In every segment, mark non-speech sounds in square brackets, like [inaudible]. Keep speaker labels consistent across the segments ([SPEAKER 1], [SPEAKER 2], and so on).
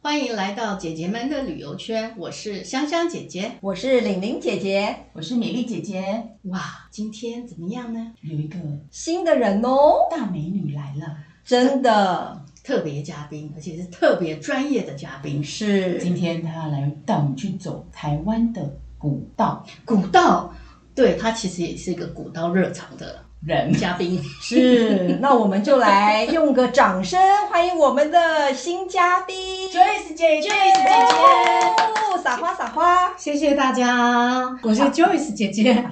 [SPEAKER 1] 欢迎来到姐姐们的旅游圈，我是香香姐姐。
[SPEAKER 2] 我是玲玲姐姐，
[SPEAKER 3] 我是美丽姐姐，
[SPEAKER 1] 哇，今天怎么样呢？
[SPEAKER 3] 有一个
[SPEAKER 2] 新的人哦，
[SPEAKER 3] 大美女来了。
[SPEAKER 2] 真的
[SPEAKER 1] 特别嘉宾，而且是特别专业的嘉宾。
[SPEAKER 2] 是
[SPEAKER 3] 今天她要来带我们去走台湾的古道
[SPEAKER 1] 古道，对他其实也是一个古道热场的
[SPEAKER 3] 人。
[SPEAKER 1] 嘉宾。
[SPEAKER 2] 是，那我们就来用个掌声欢迎我们的新嘉宾
[SPEAKER 3] Joyce 姐，Joyce 姐
[SPEAKER 2] 哦，撒花撒花，
[SPEAKER 4] 谢谢大家，我是 Joyce 姐姐，
[SPEAKER 3] 姐，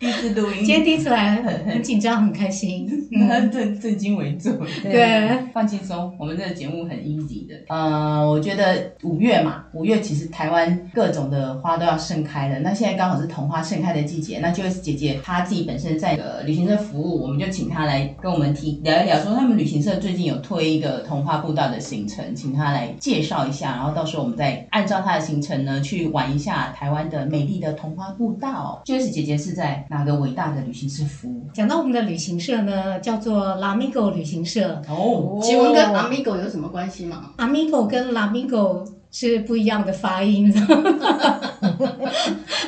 [SPEAKER 3] 第一次录音，
[SPEAKER 4] 今天第一次来，很紧张，很开心。
[SPEAKER 3] [laughs] 那正正襟危坐，
[SPEAKER 4] 对，
[SPEAKER 3] 放轻松。我们这个节目很 easy 的。呃，我觉得五月嘛，五月其实台湾各种的花都要盛开了。那现在刚好是桐花盛开的季节。那 Joyce 姐姐她自己本身在呃旅行社服务，我们就请她来跟我们提聊一聊，说他们旅行社最近有推一个桐花步道的行程，请她来介绍一下。然后到时候我们再按照她的行程呢，去玩一下台湾的美丽的桐花步道。Joyce 姐姐是在哪个伟大的旅行社服务？
[SPEAKER 4] 讲到我们的旅行社呢，叫做 Lamigo 旅行社
[SPEAKER 3] 哦，
[SPEAKER 1] 请问跟 Amigo 有什么关系吗？
[SPEAKER 4] ，Amigo 跟 Lamigo 是不一样的发音。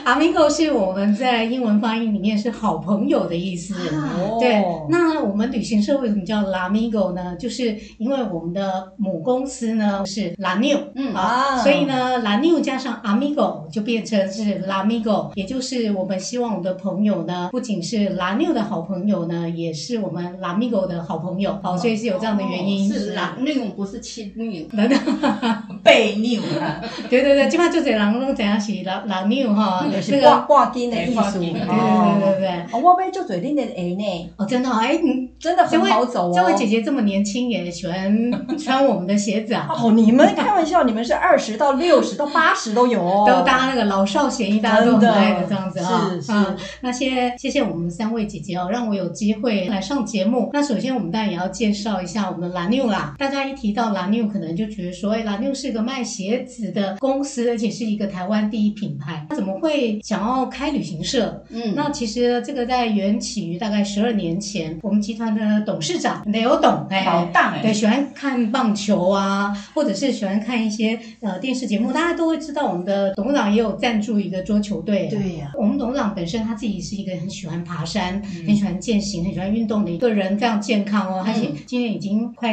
[SPEAKER 4] Amigo 是我们在英文发音里面是好朋友的意思。
[SPEAKER 2] 哦
[SPEAKER 4] 对，那我们旅行社为什么叫 Lamigo 呢？就是因为我们的母公司呢是 Lanio，
[SPEAKER 1] 嗯
[SPEAKER 2] 啊
[SPEAKER 4] 所以呢，Lanio 加上 Amigo 就变成是 Lamigo，也就是我们希望我们的朋友呢，不仅是 Lanio 的好朋友呢，也是我们 Lamigo 的好朋友。好，所以是有这样的原因。
[SPEAKER 1] 哦是啦，那种不是七女。
[SPEAKER 3] 被拗啊！
[SPEAKER 4] 对对对，基本上就是人拢知影是 Lan Lanio 哈，
[SPEAKER 2] 嗯就是
[SPEAKER 4] 这
[SPEAKER 2] 挂挂
[SPEAKER 4] 个。哎
[SPEAKER 2] 金的艺
[SPEAKER 3] 挂
[SPEAKER 2] 术，
[SPEAKER 3] 金
[SPEAKER 4] 对对对对
[SPEAKER 2] 哦，
[SPEAKER 4] 对，
[SPEAKER 2] 哦我被就嘴令的 A 呢，
[SPEAKER 4] 哦，真的哦，哎，你
[SPEAKER 2] 真的很好走哦，
[SPEAKER 4] 这位姐姐这么年轻，也喜欢穿我们的鞋子啊，
[SPEAKER 2] 哦，你们开玩笑，你们是二十到六十到八十都有哦，
[SPEAKER 4] 都搭那个老少咸宜，大家都很爱的这样子啊。
[SPEAKER 2] 是是
[SPEAKER 4] 嗯，那先谢谢我们三位姐姐哦，让我有机会来上节目。那首先我们当然也要介绍一下我们蓝妞啦。大家一提到蓝妞，可能就觉得说，哎，蓝妞是个卖鞋子的公司，而且是一个台湾第一品牌，那怎么会想要开旅行社？
[SPEAKER 1] 嗯，
[SPEAKER 4] 那其实这个在缘起于大概十二年前，我们集团的董事长刘董，哎，
[SPEAKER 3] 老大哎、
[SPEAKER 4] 对，喜欢看棒球啊，或者是喜欢看一些呃电视节目，大家都会知道我们的董事长也有赞助一个桌球队。啊
[SPEAKER 1] 对呀、
[SPEAKER 4] 我们董事长本身他自己是一个很喜欢爬山、
[SPEAKER 1] 嗯
[SPEAKER 4] 很喜欢健行、很喜欢运动的一个人，非常健康哦。他现
[SPEAKER 1] 嗯
[SPEAKER 4] 今年已经快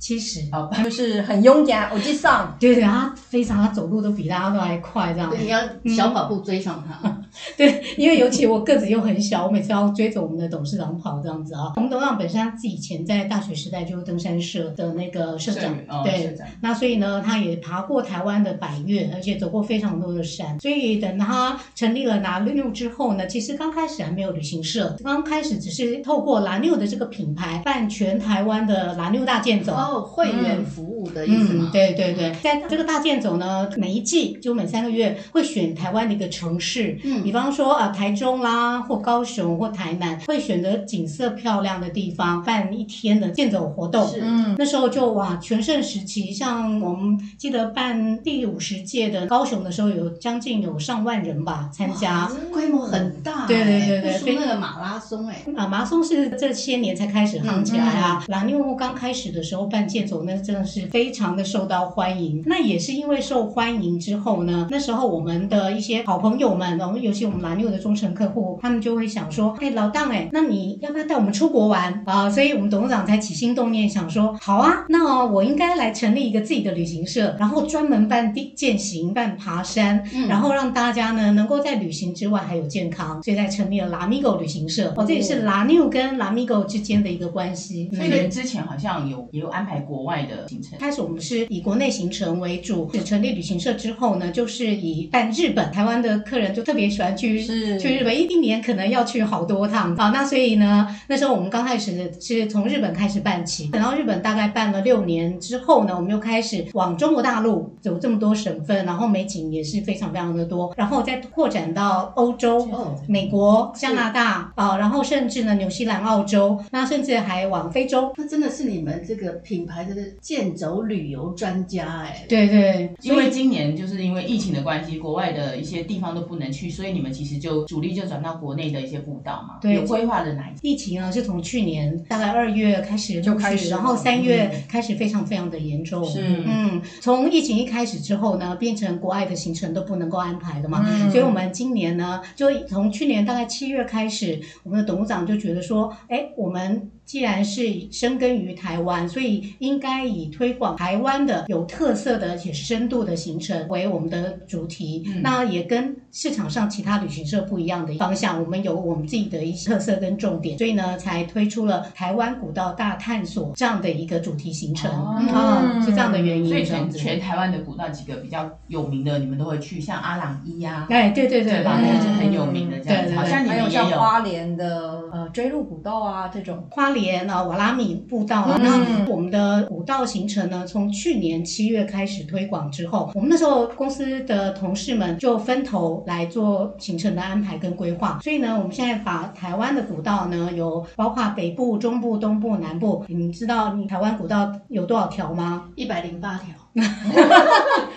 [SPEAKER 4] 七十、
[SPEAKER 3] 好吧，
[SPEAKER 2] 就是很勇敢，我记上，
[SPEAKER 4] 对对，他非常，他走路都比大家都还快这样。
[SPEAKER 1] 你要小
[SPEAKER 4] 嗯
[SPEAKER 1] 跑步追上他。
[SPEAKER 4] [laughs] 对，因为尤其我个子又很小，我每次要追着我们的董事长跑这样子啊。我们董事长本身他自己以前在大学时代就是登山社的那个社长，
[SPEAKER 3] 社哦
[SPEAKER 4] 对
[SPEAKER 3] 社，长
[SPEAKER 4] 那所以呢，他也爬过台湾的百越，而且走过非常多的山。所以等他成立了拿六之后呢，其实刚开始还没有旅行社，刚开始只是透过蓝六的这个品牌办全台湾的蓝六大健走。
[SPEAKER 1] 哦，会员服务的意思
[SPEAKER 4] 嗯
[SPEAKER 1] 吗，？
[SPEAKER 4] 对对对，在这个大健走呢，每一季就每三个月会选台湾的一个城市，
[SPEAKER 1] 嗯
[SPEAKER 4] 比方说啊、呃台中啦，或高雄或台南，会选择景色漂亮的地方办一天的健走活动。
[SPEAKER 1] 是
[SPEAKER 2] 嗯，
[SPEAKER 4] 那时候就哇，全盛时期，像我们记得办第五十届的高雄的时候，有将近有上万人吧参加。
[SPEAKER 1] 规模很大、欸，
[SPEAKER 4] 对对对对
[SPEAKER 1] 不输那个马拉松哎、
[SPEAKER 4] 啊，马拉松是这些年才开始夯起来啊。蓝妞刚开始的时候办健走，那真的是非常的受到欢迎。那也是因为受欢迎之后呢，那时候我们的一些好朋友们，我们尤其我们蓝妞的忠诚客户，他们就会想说，哎，老当哎，那你要不要带我们出国玩啊？所以我们董事长才起心动念想说，好啊，那我应该来成立一个自己的旅行社，然后专门办地践行、办爬山，
[SPEAKER 1] 嗯
[SPEAKER 4] 然后让大家呢能够在旅行之外还有健康，所以才成立了拉米狗旅行社。哦，这也是拉妞跟拉米狗之间的一个关系。
[SPEAKER 3] 所以你们之前好像有也有安排国外的行程，
[SPEAKER 4] 开始我们是以国内行程为主，成立旅行社之后呢，就是以办日本、台湾的客人就特别喜欢去
[SPEAKER 2] 是
[SPEAKER 4] 去日本，一一年可能要去好多趟啊。那所以呢，那时候我们刚开始是从日本开始办起，等到日本大概办了六年之后呢，我们又开始往中国大陆走这么多省份，然后美景也是非常非常的多，然后再扩展到欧洲。
[SPEAKER 1] 哦
[SPEAKER 4] 美国、加拿大啊、然后甚至呢，纽西兰、澳洲，那甚至还往非洲，
[SPEAKER 1] 那真的是你们这个品牌的健走旅游专家哎、
[SPEAKER 4] 对对，
[SPEAKER 3] 因为今年就是因为疫情的关系，国外的一些地方都不能去，所以以你们其实就主力就转到国内的一些步道嘛。
[SPEAKER 4] 对
[SPEAKER 3] 有规划的哪一些？
[SPEAKER 4] 疫情啊，是从去年大概二月开始
[SPEAKER 2] 就
[SPEAKER 4] 陆续
[SPEAKER 2] 开始了嗯
[SPEAKER 4] 然后三月开始非常非常的严重。
[SPEAKER 3] 是
[SPEAKER 4] 嗯，从疫情一开始之后呢，变成国外的行程都不能够安排了嘛，
[SPEAKER 2] 嗯
[SPEAKER 4] 所以我们今年呢，就从去年大概七月开始，我们的董事长就觉得说，哎，我们既然是深耕于台湾，所以应该以推广台湾的有特色的且深度的行程为我们的主题，
[SPEAKER 3] 嗯
[SPEAKER 4] 那也跟市场上其他旅行社不一样的方向，我们有我们自己的一些特色跟重点，所以呢，才推出了台湾古道大探索这样的一个主题行程，
[SPEAKER 3] 哦
[SPEAKER 4] 嗯是这样的原因，
[SPEAKER 3] 所以
[SPEAKER 4] 这样
[SPEAKER 3] 全
[SPEAKER 4] 子
[SPEAKER 3] 全台湾的古道几个比较有名的，你们都会去，像阿朗伊啊呀、
[SPEAKER 4] 哎，对对对
[SPEAKER 3] 对吧？那个是
[SPEAKER 2] 嗯
[SPEAKER 3] 很有名的这样
[SPEAKER 4] 对
[SPEAKER 3] 子，
[SPEAKER 4] 对
[SPEAKER 3] 好像你
[SPEAKER 2] 还
[SPEAKER 3] 们
[SPEAKER 2] 有
[SPEAKER 3] 也有
[SPEAKER 2] 像。花莲的呃追鹿古道啊这种，
[SPEAKER 4] 花莲啊、瓦拉米步道
[SPEAKER 2] 嗯
[SPEAKER 4] 啊，那我们的古道行程呢，从去年七月开始推广之后，我们那时候公司的同事们就分头来做行程的安排跟规划，所以呢，我们现在把台湾的古道呢，有包括北部、中部、东部、南部，你们知道你台湾古道有多少条吗？
[SPEAKER 1] 一百零八条，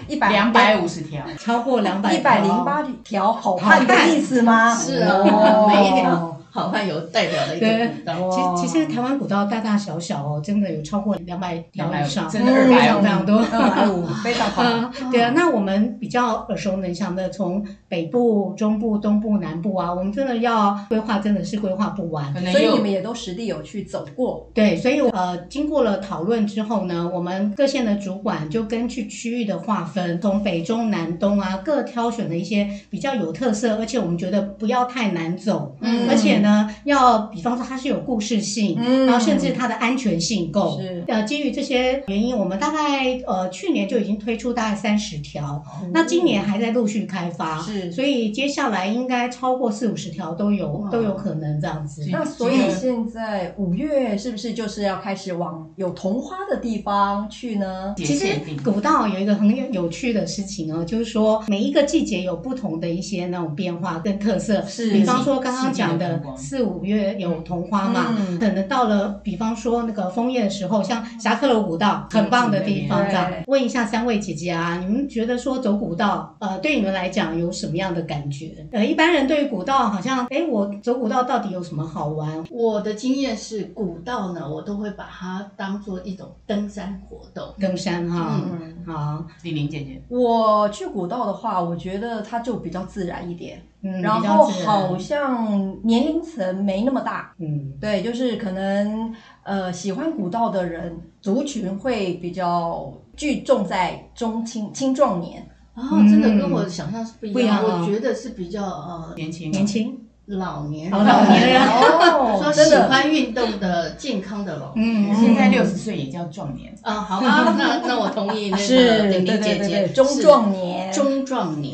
[SPEAKER 2] 一百
[SPEAKER 3] 两百五十条，
[SPEAKER 4] 超过两百，
[SPEAKER 2] 一百零八条好汉的意思吗？
[SPEAKER 1] [laughs] 是啊
[SPEAKER 2] 哦
[SPEAKER 1] 每一条好汉有代表的一个古道。
[SPEAKER 4] 其
[SPEAKER 2] 哇
[SPEAKER 4] 其实台湾古道大大小小哦，真的有超过两百条以上，
[SPEAKER 3] 真的
[SPEAKER 4] 非
[SPEAKER 3] 250
[SPEAKER 4] 常非常多。
[SPEAKER 2] 二百五嗯哎非常好。
[SPEAKER 4] 啊，对啊，那我们比较耳熟能详的，从北部、中部、东部、南部啊，我们真的要规划，真的是规划不完。
[SPEAKER 3] 可能
[SPEAKER 2] 所以你
[SPEAKER 3] 有
[SPEAKER 2] 们也都实地有去走过，
[SPEAKER 4] 对，所以呃，经过了讨论之后呢，我们各县的主管就根据区域的划分，从北中南东啊，各挑选了一些比较有特色，而且我们觉得不要太难走，
[SPEAKER 2] 嗯
[SPEAKER 4] 而且呢，要比方说它是有故事性，
[SPEAKER 2] 嗯
[SPEAKER 4] 然后甚至它的安全性够。
[SPEAKER 2] 是
[SPEAKER 4] 呃，基于这些原因，我们大概呃去年就已经推出大概三十条，
[SPEAKER 2] 哦
[SPEAKER 4] 那今年还在陆续开发，
[SPEAKER 2] 是
[SPEAKER 4] 啊所以接下来应该超过四五十条都有都有可能这样子。
[SPEAKER 3] 是
[SPEAKER 2] 那所以现在五月是不是就是要开始往有桐花的地方去呢？
[SPEAKER 3] 界
[SPEAKER 4] 其实
[SPEAKER 3] 限定
[SPEAKER 4] 古道有一个很有有趣的事情哦，就是说每一个季节有不同的一些那种变化跟特色。
[SPEAKER 2] 是
[SPEAKER 4] 比方说刚刚讲
[SPEAKER 3] 四季的
[SPEAKER 4] 的
[SPEAKER 3] 风光
[SPEAKER 4] 四五月有桐花嘛，
[SPEAKER 2] 嗯
[SPEAKER 4] 可能到了比方说那个枫叶的时候，像侠客楼古道
[SPEAKER 3] 嗯
[SPEAKER 4] 很棒的地方，
[SPEAKER 2] 对
[SPEAKER 4] 这样问一下三位姐姐啊，你们觉得说走古道，呃，对你们来讲有什么样的感觉？呃，一般人对于古道好像，哎，我走古道到底有什么好玩？
[SPEAKER 1] 我的经验是，古道呢，我都会把它当做一种登山活动。
[SPEAKER 4] 登山哈，
[SPEAKER 2] 嗯，
[SPEAKER 4] 好，
[SPEAKER 3] 李玲姐姐，
[SPEAKER 2] 我去古道的话，我觉得它就比较自然一点，
[SPEAKER 4] 嗯，
[SPEAKER 2] 然
[SPEAKER 4] 比
[SPEAKER 2] 后
[SPEAKER 4] 较自然
[SPEAKER 2] 好，像年龄层没那么大，
[SPEAKER 4] 嗯。
[SPEAKER 2] 对，就是可能呃喜欢古道的人族群会比较聚重在中青青壮年，
[SPEAKER 1] 哦，真的跟我想象是不
[SPEAKER 4] 不
[SPEAKER 1] 一
[SPEAKER 4] 一
[SPEAKER 1] 样，
[SPEAKER 4] 样
[SPEAKER 1] 我
[SPEAKER 4] 哦
[SPEAKER 1] 觉得是比较呃
[SPEAKER 3] 年轻
[SPEAKER 4] 嗯年轻，
[SPEAKER 1] 老年
[SPEAKER 4] 哦老年人
[SPEAKER 2] 哦
[SPEAKER 1] 说
[SPEAKER 2] 真
[SPEAKER 1] 喜
[SPEAKER 2] 的
[SPEAKER 1] 欢运动的健康的老年
[SPEAKER 4] 嗯
[SPEAKER 1] 人。
[SPEAKER 3] 现在六十岁也叫壮年，
[SPEAKER 1] 啊，好啊，
[SPEAKER 2] [laughs]
[SPEAKER 1] 那那我同意那个
[SPEAKER 2] 是，对
[SPEAKER 1] 玲
[SPEAKER 2] 对
[SPEAKER 1] 玲姐
[SPEAKER 2] 对对，
[SPEAKER 1] 姐，
[SPEAKER 2] 中壮年，
[SPEAKER 1] 中壮年，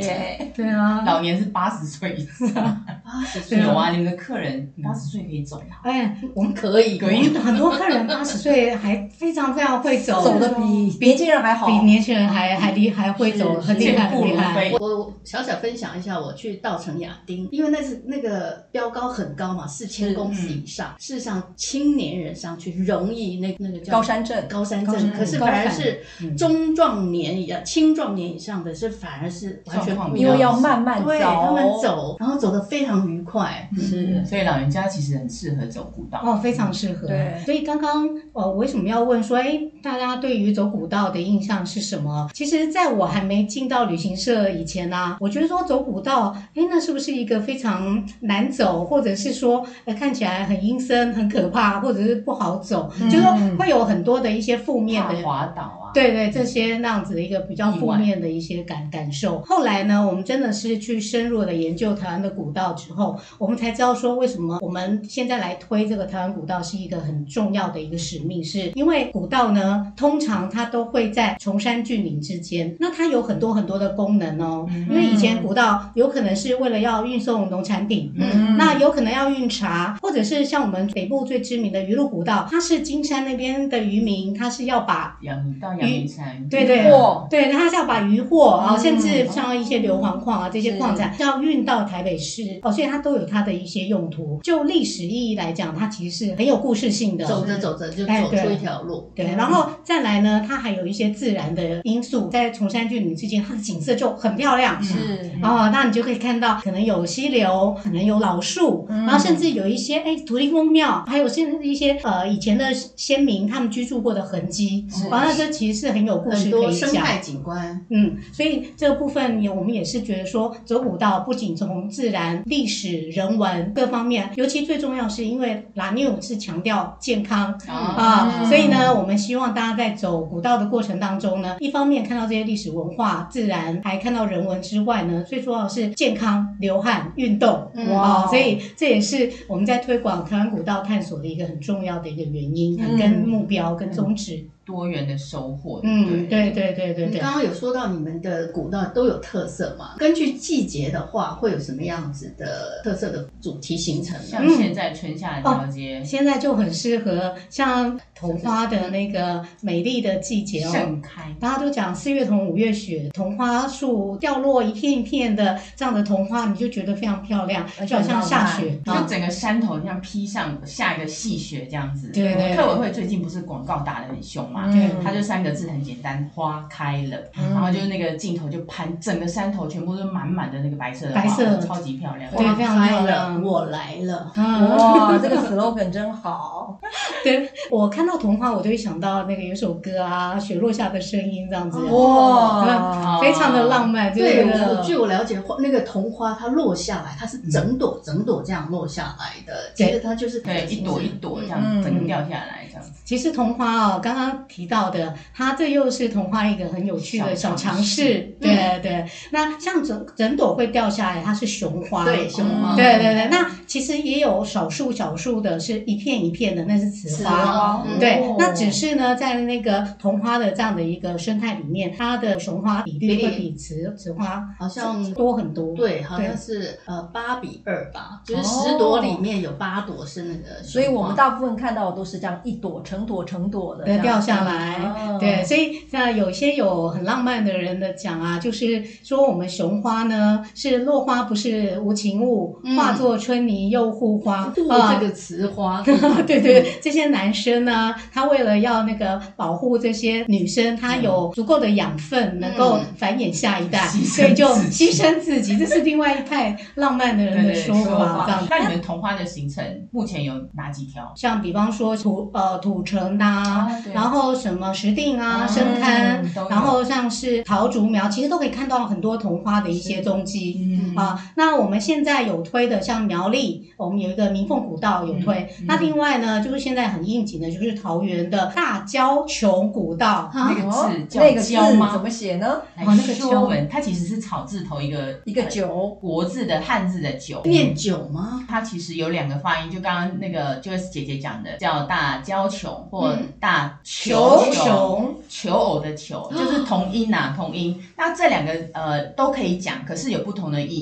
[SPEAKER 2] 对，
[SPEAKER 4] 对啊，
[SPEAKER 3] 老年是八十岁以上。
[SPEAKER 1] 八十岁
[SPEAKER 4] 对啊
[SPEAKER 3] 有啊，你们的客人八十岁可以走吗？
[SPEAKER 4] 哎，我们
[SPEAKER 1] 可以，
[SPEAKER 4] 我们很多客人八十岁还非常非常会走，
[SPEAKER 2] 走的比年轻人还好
[SPEAKER 4] 比，年轻人还还厉还会走，
[SPEAKER 1] 是
[SPEAKER 4] 很厉害
[SPEAKER 3] 健步
[SPEAKER 4] 很厉
[SPEAKER 3] 如
[SPEAKER 4] 害。
[SPEAKER 3] 飞
[SPEAKER 1] 我。我小小分享一下，我去稻城亚丁，因为那是那个标高很高嘛，四千公尺
[SPEAKER 2] 嗯
[SPEAKER 1] 以上。事实上，青年人上去容易那那个叫
[SPEAKER 2] 高山症，
[SPEAKER 1] 高山
[SPEAKER 4] 高
[SPEAKER 1] 症，
[SPEAKER 4] 山
[SPEAKER 1] 可是
[SPEAKER 4] 高
[SPEAKER 1] 反而
[SPEAKER 4] 反
[SPEAKER 1] 是
[SPEAKER 4] 嗯
[SPEAKER 1] 中壮年以上、青壮年以上的是反而是完全
[SPEAKER 3] 状况
[SPEAKER 1] 不一
[SPEAKER 2] 因
[SPEAKER 1] 样
[SPEAKER 2] 为要慢慢
[SPEAKER 1] 对他们
[SPEAKER 2] 走，嗯
[SPEAKER 1] 走，然后走得非常愉快。
[SPEAKER 2] 是
[SPEAKER 3] 所以老人家其实很适合走古道。啊
[SPEAKER 4] 哦，非常适合。
[SPEAKER 2] 对
[SPEAKER 4] 所以刚刚呃，我为什么要问说，哎，大家对于走古道的印象是什么？其实，在我还没进到旅行社以前呢、我觉得说走古道，哎，那是不是一个非常难走，或者是说，呃，看起来很阴森、很可怕，或者是不好走，就是说会有很多的一些负面
[SPEAKER 3] 怕
[SPEAKER 4] 的
[SPEAKER 3] 滑倒啊，
[SPEAKER 4] 对对，这些那样子的一个比较负面的一些感感受。后来呢，我们真的是去深入的研究台湾的古道之后，我们才知道说为什么我们现在来推这个台湾古道是一个很重要的一个使命，是因为古道呢，通常它都会在崇山峻岭之间，那它有很多很多的功能哦。因为以前古道有可能是为了要运送农产品，
[SPEAKER 2] 嗯
[SPEAKER 4] 那有可能要运茶，或者是像我们北部最知名的鱼路古道，它是金山那边的渔民，他是要把
[SPEAKER 3] 养到阳明山，
[SPEAKER 4] 对对
[SPEAKER 2] 货
[SPEAKER 4] 对，那它是要把渔获啊，
[SPEAKER 2] 嗯
[SPEAKER 4] 甚至像一些硫磺矿啊这些
[SPEAKER 2] 是
[SPEAKER 4] 矿产要运到台北市哦，所以它都有它的一些用途。就历史意义来讲，它其实是很有故事性的。
[SPEAKER 1] 走着走着就
[SPEAKER 4] 哎
[SPEAKER 1] 走
[SPEAKER 4] 对
[SPEAKER 1] 出一条路，
[SPEAKER 4] 对，然后再来呢，它还有一些自然的因素，在崇山峻岭之间，它的景色就很漂
[SPEAKER 2] 嗯
[SPEAKER 4] 亮。
[SPEAKER 2] 是
[SPEAKER 4] 哦，那你就可以看到，可能有溪流，可能有老树，
[SPEAKER 2] 嗯
[SPEAKER 4] 然后甚至有一些哎土地公庙，还有甚至一些呃以前的先民他们居住过的痕迹，
[SPEAKER 2] 是
[SPEAKER 4] 完了这其实是很有故
[SPEAKER 1] 很
[SPEAKER 4] 事可
[SPEAKER 1] 多
[SPEAKER 4] 以
[SPEAKER 1] 生
[SPEAKER 4] 讲。
[SPEAKER 1] 态景观，
[SPEAKER 4] 嗯，所以这个部分也我们也是觉得说，走古道不仅从自然、历史、人文各方面，尤其最重要是因为拉纽是强调健康。
[SPEAKER 1] 哦
[SPEAKER 4] 啊、
[SPEAKER 2] 嗯
[SPEAKER 4] 所以呢，我们希望大家在走古道的过程当中呢，一方面看到这些历史文化、自然，还看到人文之外呢，最重要的是健康、流汗、运动。
[SPEAKER 1] 嗯
[SPEAKER 4] 哦，所以这也是我们在推广台湾古道探索的一个很重要的一个原因、
[SPEAKER 2] 嗯
[SPEAKER 4] 跟目标、跟宗旨。
[SPEAKER 3] 多元的收获，对不
[SPEAKER 4] 嗯，
[SPEAKER 3] 对。
[SPEAKER 4] 对对对对
[SPEAKER 1] 嗯你
[SPEAKER 4] 对。
[SPEAKER 1] 刚刚有说到你们的古道都有特色嘛？根据季节的话，会有什么样子的特色的主题行程呢？
[SPEAKER 3] 像现在春夏交接，
[SPEAKER 4] 现在就很适合像桐花的那个美丽的季节哦。
[SPEAKER 3] 盛开，
[SPEAKER 4] 大家都讲四月桐，五月雪，桐花树掉落一片一片的，这样的桐花你就觉得非常漂亮，
[SPEAKER 2] 而且
[SPEAKER 4] 就好像下雪
[SPEAKER 3] 就
[SPEAKER 4] 啊。
[SPEAKER 3] 整个山头像披上下一个细雪这样子。
[SPEAKER 4] 对对对
[SPEAKER 3] 客委会最近不是广告打得很凶嘛，
[SPEAKER 4] 嗯
[SPEAKER 3] 它就三个字很简单，花开了，
[SPEAKER 2] 嗯
[SPEAKER 3] 然后就是那个镜头就攀整个山头全部都满满的那个白色的花
[SPEAKER 4] 白色
[SPEAKER 3] 超级漂亮。
[SPEAKER 4] 对非常
[SPEAKER 1] 花开
[SPEAKER 4] 漂
[SPEAKER 1] 了，
[SPEAKER 4] 亮
[SPEAKER 1] 我来了，
[SPEAKER 4] 嗯，
[SPEAKER 2] 哇，这个 slogan 真好，
[SPEAKER 4] 对我看到桐花，我就会想到那个有一首歌啊，《雪落下的声音》这样子，
[SPEAKER 2] 哦
[SPEAKER 3] 哦
[SPEAKER 2] 哇，
[SPEAKER 4] 非常的浪漫，就是
[SPEAKER 1] 对，
[SPEAKER 4] 那个
[SPEAKER 1] 我据我了解，花那个桐花它落下来，它是整朵整朵这样落下来的，其
[SPEAKER 4] 对
[SPEAKER 1] 实它就是
[SPEAKER 3] 对，一朵一朵这样、
[SPEAKER 2] 嗯
[SPEAKER 3] 整个掉下来这样子。
[SPEAKER 4] 其实桐花哦，刚刚提到的，它这又是桐花一个很有趣的小
[SPEAKER 3] 小尝
[SPEAKER 4] 尝试。对、对，那像整整朵会掉下来，它是雄花。哦
[SPEAKER 1] 对雄花，
[SPEAKER 4] 对对对，那其实也有少数少数的是一片一片的，那是雌
[SPEAKER 1] 雌
[SPEAKER 4] 花。
[SPEAKER 1] 花
[SPEAKER 2] 嗯
[SPEAKER 4] 对，那只是呢，在那个桐花的这样的一个生态里面，它的雄花比
[SPEAKER 1] 比
[SPEAKER 4] 例
[SPEAKER 1] 例
[SPEAKER 4] 会比雌雌花
[SPEAKER 1] 好像
[SPEAKER 4] 多很多。
[SPEAKER 1] 对，好
[SPEAKER 4] 对
[SPEAKER 1] 像是呃八比二吧，就是
[SPEAKER 2] 哦
[SPEAKER 1] 十朵里面有八朵是那个雄花，
[SPEAKER 2] 所以我们大部分看到的都是这样一朵成朵成朵的这
[SPEAKER 4] 对，
[SPEAKER 2] 样
[SPEAKER 4] 掉下来。
[SPEAKER 2] 哦
[SPEAKER 4] 对，所以那有些有很浪漫的人的讲啊，就是说我们雄花呢是落花不是无情物，
[SPEAKER 1] 嗯
[SPEAKER 4] 化作春泥又护花
[SPEAKER 1] 度
[SPEAKER 4] 啊。
[SPEAKER 1] 这个雌花，
[SPEAKER 4] [laughs] 对对，这些男生呢，他为了要那个保护这些女生，他有足够的养分，能够繁衍下一代，
[SPEAKER 3] 嗯牺牲
[SPEAKER 4] 所以就
[SPEAKER 3] 自己
[SPEAKER 4] 牺牲自己，这是另外一派浪漫的人的说法，这样子。
[SPEAKER 3] 那你们桐花的行程目前有哪几条？
[SPEAKER 4] 像比方说土呃土城呐、
[SPEAKER 3] 啊对
[SPEAKER 4] 然后什么石碇啊、
[SPEAKER 3] 嗯
[SPEAKER 4] 深坑
[SPEAKER 3] 都有，
[SPEAKER 4] 然后像是桃竹苗，其实都可以看到很多桐花的一些踪迹。
[SPEAKER 3] 嗯
[SPEAKER 4] 啊，那我们现在有推的，像苗栗，我们有一个明凤古道有推。
[SPEAKER 3] 嗯
[SPEAKER 4] 那另外呢，就是现在很应景的，就是桃园的大礁琼古道。
[SPEAKER 3] 那个
[SPEAKER 2] 哦
[SPEAKER 3] 字叫
[SPEAKER 2] 那个字
[SPEAKER 3] 椒吗
[SPEAKER 2] 怎么写呢？
[SPEAKER 3] 来
[SPEAKER 4] 哦那个
[SPEAKER 3] 说文，它其实是草字头一个
[SPEAKER 2] 一个九，
[SPEAKER 3] 国字的汉字的九，
[SPEAKER 1] 念酒吗？
[SPEAKER 3] 它其实有两个发音，就刚刚那个 Joyce 姐姐讲的，叫大交球
[SPEAKER 1] 嗯
[SPEAKER 3] 或
[SPEAKER 1] 哦
[SPEAKER 3] 大球球
[SPEAKER 4] 球熊，
[SPEAKER 3] 求偶的求，就是同音呐、同音。那这两个呃都可以讲，可是有不同的意
[SPEAKER 1] 嗯
[SPEAKER 3] 义。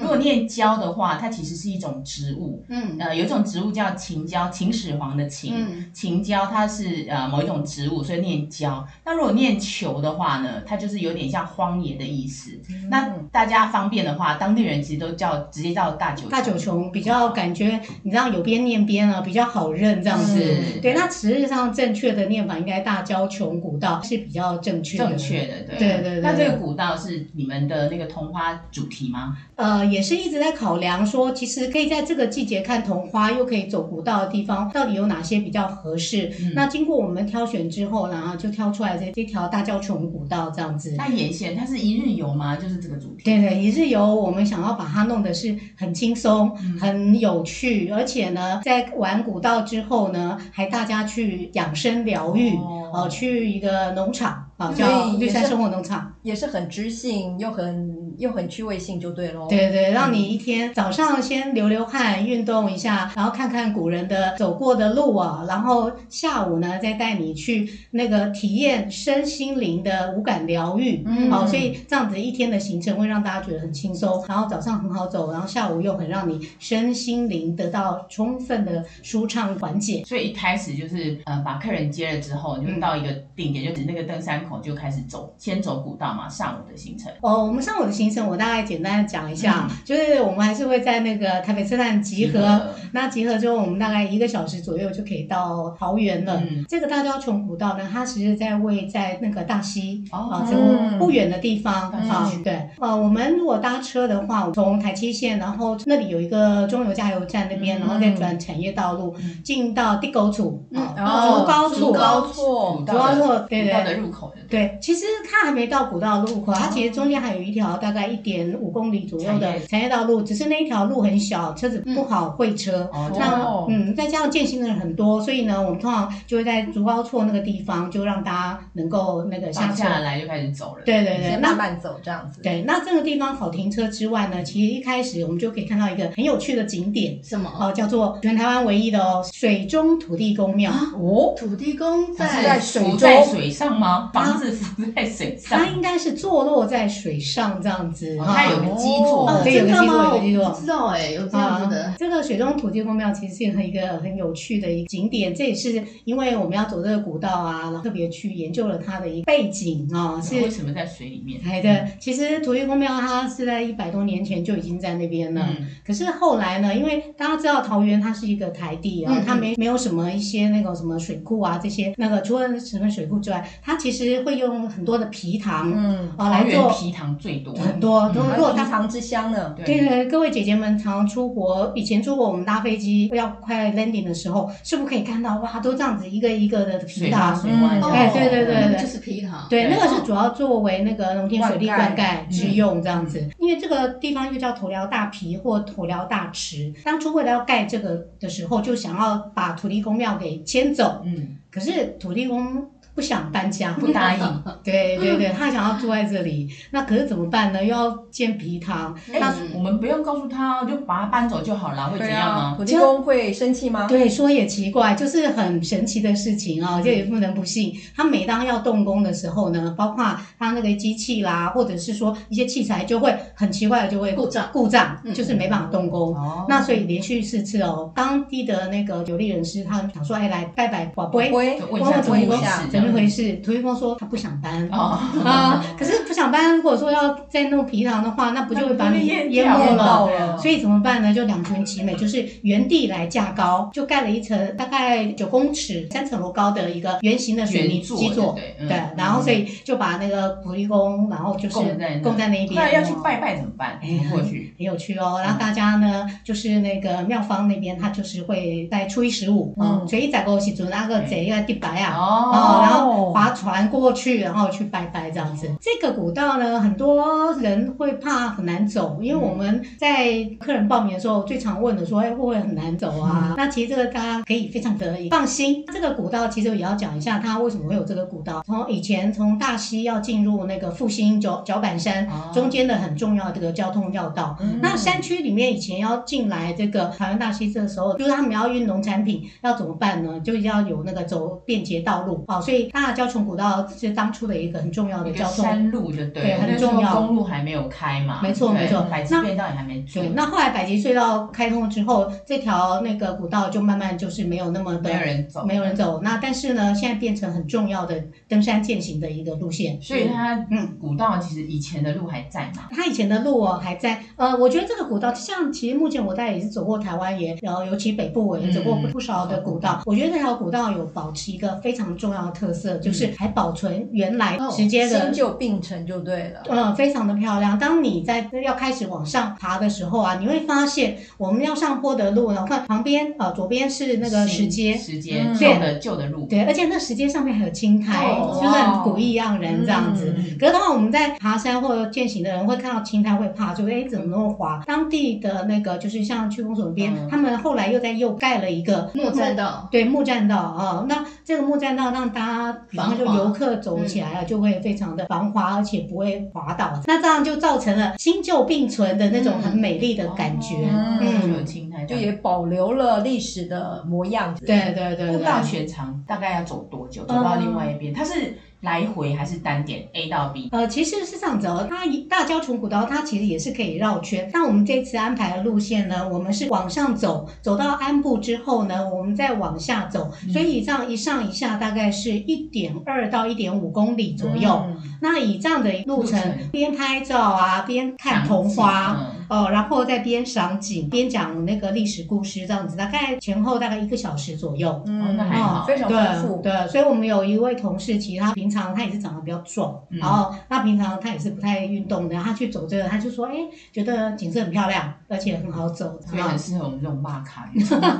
[SPEAKER 3] 如果念椒的话，它其实是一种植物，
[SPEAKER 1] 嗯
[SPEAKER 3] 呃，有一种植物叫芹椒，秦始皇的秦。
[SPEAKER 1] 嗯，
[SPEAKER 3] 秦椒它是呃某一种植物，所以念椒。那如果念球的话呢，它就是有点像荒野的意思。
[SPEAKER 4] 嗯
[SPEAKER 3] 那大家方便的话，当地人其实都叫直接叫大九
[SPEAKER 4] 大九琼比较感觉，你知道有边念边啊，比较好认这样子。
[SPEAKER 3] 是
[SPEAKER 4] 对，那实际上正确的念法应该大礁琼古道是比较正确的。
[SPEAKER 3] 正确的，对
[SPEAKER 4] 对对对
[SPEAKER 3] 那这个古道是你们的那个桐花主题吗？
[SPEAKER 4] 呃，也是一直在考量说，其实可以在这个季节看桐花，又可以走古道的地方，到底有哪些比较合适？
[SPEAKER 3] 嗯
[SPEAKER 4] 那经过我们挑选之后，然后就挑出来这这条大礁琼古道这样子。
[SPEAKER 3] 那沿线它是一日游吗？就是这个主题。
[SPEAKER 4] 对对，一日游我们想要把它弄得是很轻松、很有趣，而且呢，在玩古道之后呢，还大家去养生疗愈，
[SPEAKER 3] 哦
[SPEAKER 4] 哦、去一个农场啊、
[SPEAKER 2] 所以
[SPEAKER 4] 叫
[SPEAKER 2] 也
[SPEAKER 4] 绿山
[SPEAKER 2] 是
[SPEAKER 4] 生活农场。
[SPEAKER 2] 也是很知性又很很又很趣味性就对喽。
[SPEAKER 4] 对对，让你一天早上先流流汗，运动一下，然后看看古人的走过的路啊，然后下午呢再带你去那个体验身心灵的无感疗愈。
[SPEAKER 2] 嗯
[SPEAKER 4] 好、所以这样子一天的行程会让大家觉得很轻松，然后早上很好走，然后下午又很让你身心灵得到充分的舒畅缓解。
[SPEAKER 3] 所以一开始就是呃，把客人接了之后，你就到一个定点，就是那个登山口就开始走，先走古道嘛，上午的行程。
[SPEAKER 4] 哦，我们上午的行程我大概简单的讲一下，就是我们还是会在那个台北车站嗯集合，那集合之后，我们大概一个小时左右就可以到桃园了。
[SPEAKER 3] 嗯
[SPEAKER 4] 这个大雕琼古道呢，它其实在位在那个大溪
[SPEAKER 3] 哦
[SPEAKER 4] 啊，这
[SPEAKER 2] 嗯
[SPEAKER 4] 不远的地方
[SPEAKER 3] 嗯
[SPEAKER 4] 啊。对，呃，我们如果搭车的话，从台七线，然后那里有一个中油加油站那边，
[SPEAKER 2] 嗯
[SPEAKER 4] 然后再转产业道路
[SPEAKER 3] 嗯
[SPEAKER 4] 进到地沟处啊，
[SPEAKER 2] 哦竹。
[SPEAKER 4] 竹高处啊
[SPEAKER 2] 高
[SPEAKER 3] 古
[SPEAKER 2] 错，
[SPEAKER 3] 道的
[SPEAKER 4] 古道的对对
[SPEAKER 3] 古道的入口的
[SPEAKER 4] 对，其实它还没到古道路口，它其实中间还有一条大概一点五公里左右
[SPEAKER 3] 产
[SPEAKER 4] 的
[SPEAKER 3] 业嗯
[SPEAKER 4] 产业道路，只是那一条路很小，车子不好会车，
[SPEAKER 3] 哦，
[SPEAKER 4] 那
[SPEAKER 3] 那
[SPEAKER 2] 哦
[SPEAKER 4] 嗯，再加上践行的人很多，所以呢，我们通常就会在竹高错那个地方，就让大家能够那个下
[SPEAKER 3] 下
[SPEAKER 4] 车。
[SPEAKER 3] 下来就开始走了。
[SPEAKER 4] 对对对，
[SPEAKER 2] 先
[SPEAKER 4] 那
[SPEAKER 2] 慢慢走这样子。
[SPEAKER 4] 对，那这个地方好停车之外呢，其实一开始我们就可以看到一个很有趣的景点，
[SPEAKER 1] 什么？
[SPEAKER 4] 哦，叫做全台湾唯一的哦水中土地公庙。
[SPEAKER 3] 啊
[SPEAKER 2] 哦，
[SPEAKER 1] 土地公
[SPEAKER 3] 它
[SPEAKER 4] 哦
[SPEAKER 3] 是
[SPEAKER 1] 啊在
[SPEAKER 2] 在水
[SPEAKER 3] 浮
[SPEAKER 2] 中
[SPEAKER 3] 在水上吗？房子浮在水上
[SPEAKER 4] 它，应该是坐落在水上这样子，
[SPEAKER 3] 哦
[SPEAKER 4] 哈啊
[SPEAKER 3] 它有个基座
[SPEAKER 2] 哦
[SPEAKER 1] 哦，
[SPEAKER 4] 对有
[SPEAKER 1] 真的
[SPEAKER 4] 个基座
[SPEAKER 1] 吗？
[SPEAKER 4] 有
[SPEAKER 1] 我
[SPEAKER 4] 个基座
[SPEAKER 1] 不知道哎、有这样子的
[SPEAKER 4] 啊。这个水中土地公庙其实是一个很有趣的一个景点，这也是因为我们要走这个古道啊，然后特别去研究了它的一个背景啊，是
[SPEAKER 3] 为什么在水里面？
[SPEAKER 4] 哎，对，其实土地公庙它是在一百多年前就已经在那边了。
[SPEAKER 3] 嗯，
[SPEAKER 4] 可是后来呢，因为大家知道桃园它是一个台地啊，
[SPEAKER 1] 嗯嗯
[SPEAKER 4] 它没没有什么一些那个什么水库啊这些那个，除了什么水库之外，它其实会用很多的皮塘啊、
[SPEAKER 2] 嗯，
[SPEAKER 4] 来
[SPEAKER 3] 桃园
[SPEAKER 4] 做
[SPEAKER 3] 皮糖最多，
[SPEAKER 4] 很多，都
[SPEAKER 2] 还
[SPEAKER 4] 如
[SPEAKER 2] 有
[SPEAKER 4] 果
[SPEAKER 2] 皮
[SPEAKER 4] 大
[SPEAKER 2] 糖之乡呢。
[SPEAKER 3] 对
[SPEAKER 4] 对对，各位姐姐们常出国，以前出国我们搭飞机要快 landing 的时候，是不是可以看到哇，都这样子一个一个的皮
[SPEAKER 3] 水坝、
[SPEAKER 4] 塘？
[SPEAKER 3] 水湾。
[SPEAKER 2] 嗯
[SPEAKER 1] 哦
[SPEAKER 4] 哎对对对对
[SPEAKER 1] 就是皮糖。
[SPEAKER 4] 对，
[SPEAKER 3] 对
[SPEAKER 4] 那个是主要作为那个农田水利灌
[SPEAKER 2] 灌
[SPEAKER 4] 溉之用这样子，因为这个地方又叫头寮大皮或头寮大池。当初为了要盖这个的时候，就想要把土地公庙给迁走，
[SPEAKER 3] 嗯，
[SPEAKER 4] 可是土地公不想搬家，
[SPEAKER 3] 不答应。
[SPEAKER 4] [laughs] 对对对，他想要住在这里，那可是怎么办呢？又要建皮塘，
[SPEAKER 3] 哎，我们不用告诉他，就把他搬走就好了，会怎
[SPEAKER 2] 对
[SPEAKER 3] 样
[SPEAKER 2] 啊，
[SPEAKER 3] 吗？
[SPEAKER 2] 土地公会生气吗？
[SPEAKER 4] 对，说也奇怪，就是很神奇的事情啊、这也不能不信。他每当要动工的时候呢，包括他那个机器啦，或者是说一些器材，就会很奇怪的就会
[SPEAKER 1] 故障
[SPEAKER 4] 故障
[SPEAKER 1] 嗯
[SPEAKER 4] 就是没办法动工。
[SPEAKER 3] 哦
[SPEAKER 4] 那所以连续四次哦，当地的那个有力人士，他想说，哎，来拜拜宝贝，
[SPEAKER 2] 会
[SPEAKER 3] 就问一
[SPEAKER 4] 问问
[SPEAKER 3] 下
[SPEAKER 4] 土
[SPEAKER 2] 问
[SPEAKER 4] 地
[SPEAKER 2] 一
[SPEAKER 4] 公
[SPEAKER 2] 下
[SPEAKER 4] 怎么回事？土地公说他不想搬
[SPEAKER 3] 哦，
[SPEAKER 4] 啊，可是不想搬，如果说要再弄皮囊的话，那不就会把你
[SPEAKER 3] 那不就
[SPEAKER 4] 淹
[SPEAKER 3] 淹
[SPEAKER 4] 没
[SPEAKER 2] 碰
[SPEAKER 3] 掉
[SPEAKER 4] 了？
[SPEAKER 2] 到了，
[SPEAKER 4] 所以怎么办呢？就两全其美，就是原地来架高，就盖了一层大概九公尺、三层楼高的一个圆形的水泥
[SPEAKER 3] 原作
[SPEAKER 4] 基座。
[SPEAKER 3] 对不
[SPEAKER 4] 对
[SPEAKER 3] 对嗯，
[SPEAKER 4] 然后所以就把那个土地公，然后就是
[SPEAKER 3] 供在那
[SPEAKER 4] 供在那一边，哦
[SPEAKER 3] 那要去嗯拜拜怎么办？
[SPEAKER 4] 哎
[SPEAKER 3] 怎么过去？
[SPEAKER 4] 很有趣哦。然后大家呢，就是那个妙方那边，他就是会在初一十五，
[SPEAKER 2] 嗯
[SPEAKER 4] 嗯，所以在过时阵那个贼个地白啊，
[SPEAKER 3] 哦
[SPEAKER 4] 哦，然后划船过去，然后去拜拜这样子。这个古道呢，很多人会怕很难走，因为我们在客人报名的时候，最常问的说，哎，会不会很难走啊？那其实这个大家可以非常的放心。这个古道其实也要讲一下，它为什么会有这个古道。从以前从大溪要进入那个复兴脚脚板山
[SPEAKER 3] 哦
[SPEAKER 4] 中间的很重要的这个交通要道，
[SPEAKER 2] 嗯
[SPEAKER 4] 那山区里面以前要进来这个台湾大溪这的时候，就是他们要运农产品，要怎么办呢？就要有那个走便捷道路啊、哦，所以大交琼古道是当初的一个很重要的
[SPEAKER 3] 一个
[SPEAKER 4] 交通。
[SPEAKER 3] 山路就对
[SPEAKER 4] 对
[SPEAKER 3] 了，
[SPEAKER 4] 很
[SPEAKER 3] 那时候
[SPEAKER 4] 重要
[SPEAKER 3] 公路还没有开嘛，
[SPEAKER 4] 没错
[SPEAKER 3] 对
[SPEAKER 4] 没错
[SPEAKER 3] 百吉
[SPEAKER 4] 那
[SPEAKER 3] 便道也还没出
[SPEAKER 4] 对，那后来百吉隧道开通之后，这条那个古道就慢慢就是没有那么的
[SPEAKER 3] 没有人走，
[SPEAKER 4] 没有人走。那但是呢，现在变成很重要的登山健行的一个路线。
[SPEAKER 3] 所以它
[SPEAKER 4] 嗯
[SPEAKER 3] 古道其实以前的路还在嘛，
[SPEAKER 4] 它以前的路哦还在，呃，我觉得这个古道，像其实目前我大概也是走过台湾也，然后尤其北部我也走过
[SPEAKER 3] 嗯
[SPEAKER 4] 不少的古道。我觉得这条古道有保持一个非常重要的特色，就是还保存原来
[SPEAKER 1] 哦
[SPEAKER 4] 直接的
[SPEAKER 2] 新。旧并成就对
[SPEAKER 3] 哦
[SPEAKER 2] 了。
[SPEAKER 4] 嗯，非常的漂亮。当你在要开始往上爬的时候啊，你会发现我们要上坡的路呢，看旁边呃，左边是那个石
[SPEAKER 3] 新
[SPEAKER 4] 阶，
[SPEAKER 3] 石阶
[SPEAKER 2] 嗯
[SPEAKER 3] 旧的旧的路，
[SPEAKER 4] 对，而且那石阶上面还有青苔，
[SPEAKER 3] 哦
[SPEAKER 4] 就是很古意盎然这样子。
[SPEAKER 3] 嗯
[SPEAKER 4] 可是的话，我们在爬山或者健行的人会看到青苔会怕，就哎怎么那么滑？当地的那个就是像区公所那边，
[SPEAKER 3] 嗯
[SPEAKER 4] 他们后来又在又盖了一个
[SPEAKER 1] 木栈道
[SPEAKER 4] 对木栈道啊、哦那这个木栈道让大家它，比方说
[SPEAKER 1] 防滑
[SPEAKER 4] 游客走起
[SPEAKER 3] 嗯
[SPEAKER 4] 来了，就会非常的防滑，而且不会滑倒。那这样就造成了新旧并存的那种很美丽的感觉。
[SPEAKER 2] 哦
[SPEAKER 3] 嗯，
[SPEAKER 4] 嗯
[SPEAKER 3] 有青苔，
[SPEAKER 2] 就也保留了历史的模样。
[SPEAKER 4] 对对对
[SPEAKER 3] 步
[SPEAKER 4] 对，
[SPEAKER 3] 道全长大概要走多久？走到另外一
[SPEAKER 4] 嗯
[SPEAKER 3] 边，它是来回还是单点 A 到 B？
[SPEAKER 4] 呃，其实是这样子哦，它大礁虫古道它其实也是可以绕圈。那我们这次安排的路线呢，我们是往上走，走到安部之后呢，我们再往下走，所以这样一上一下大概是一点二到一点五公里左右。
[SPEAKER 2] 嗯
[SPEAKER 4] 那以这样的
[SPEAKER 3] 路
[SPEAKER 4] 路程
[SPEAKER 3] 程，啊
[SPEAKER 4] 边拍照啊，边看桐花，哦，然后再边赏景，边讲那个历史故事，这样子，大概前后大概一个小时左右。
[SPEAKER 2] 嗯，
[SPEAKER 3] 那还好
[SPEAKER 2] 非常丰
[SPEAKER 4] 对
[SPEAKER 2] 富。
[SPEAKER 4] 对，所以我们有一位同事，其实他平常他也是长得比较壮，
[SPEAKER 3] 嗯
[SPEAKER 4] 然后他平常他也是不太运动的，他去走这个，他就说，哎，觉得景色很漂亮，而且很好走。
[SPEAKER 3] 嗯，所以
[SPEAKER 4] 啊
[SPEAKER 3] 很适合我们这种骂卡。
[SPEAKER 4] [laughs]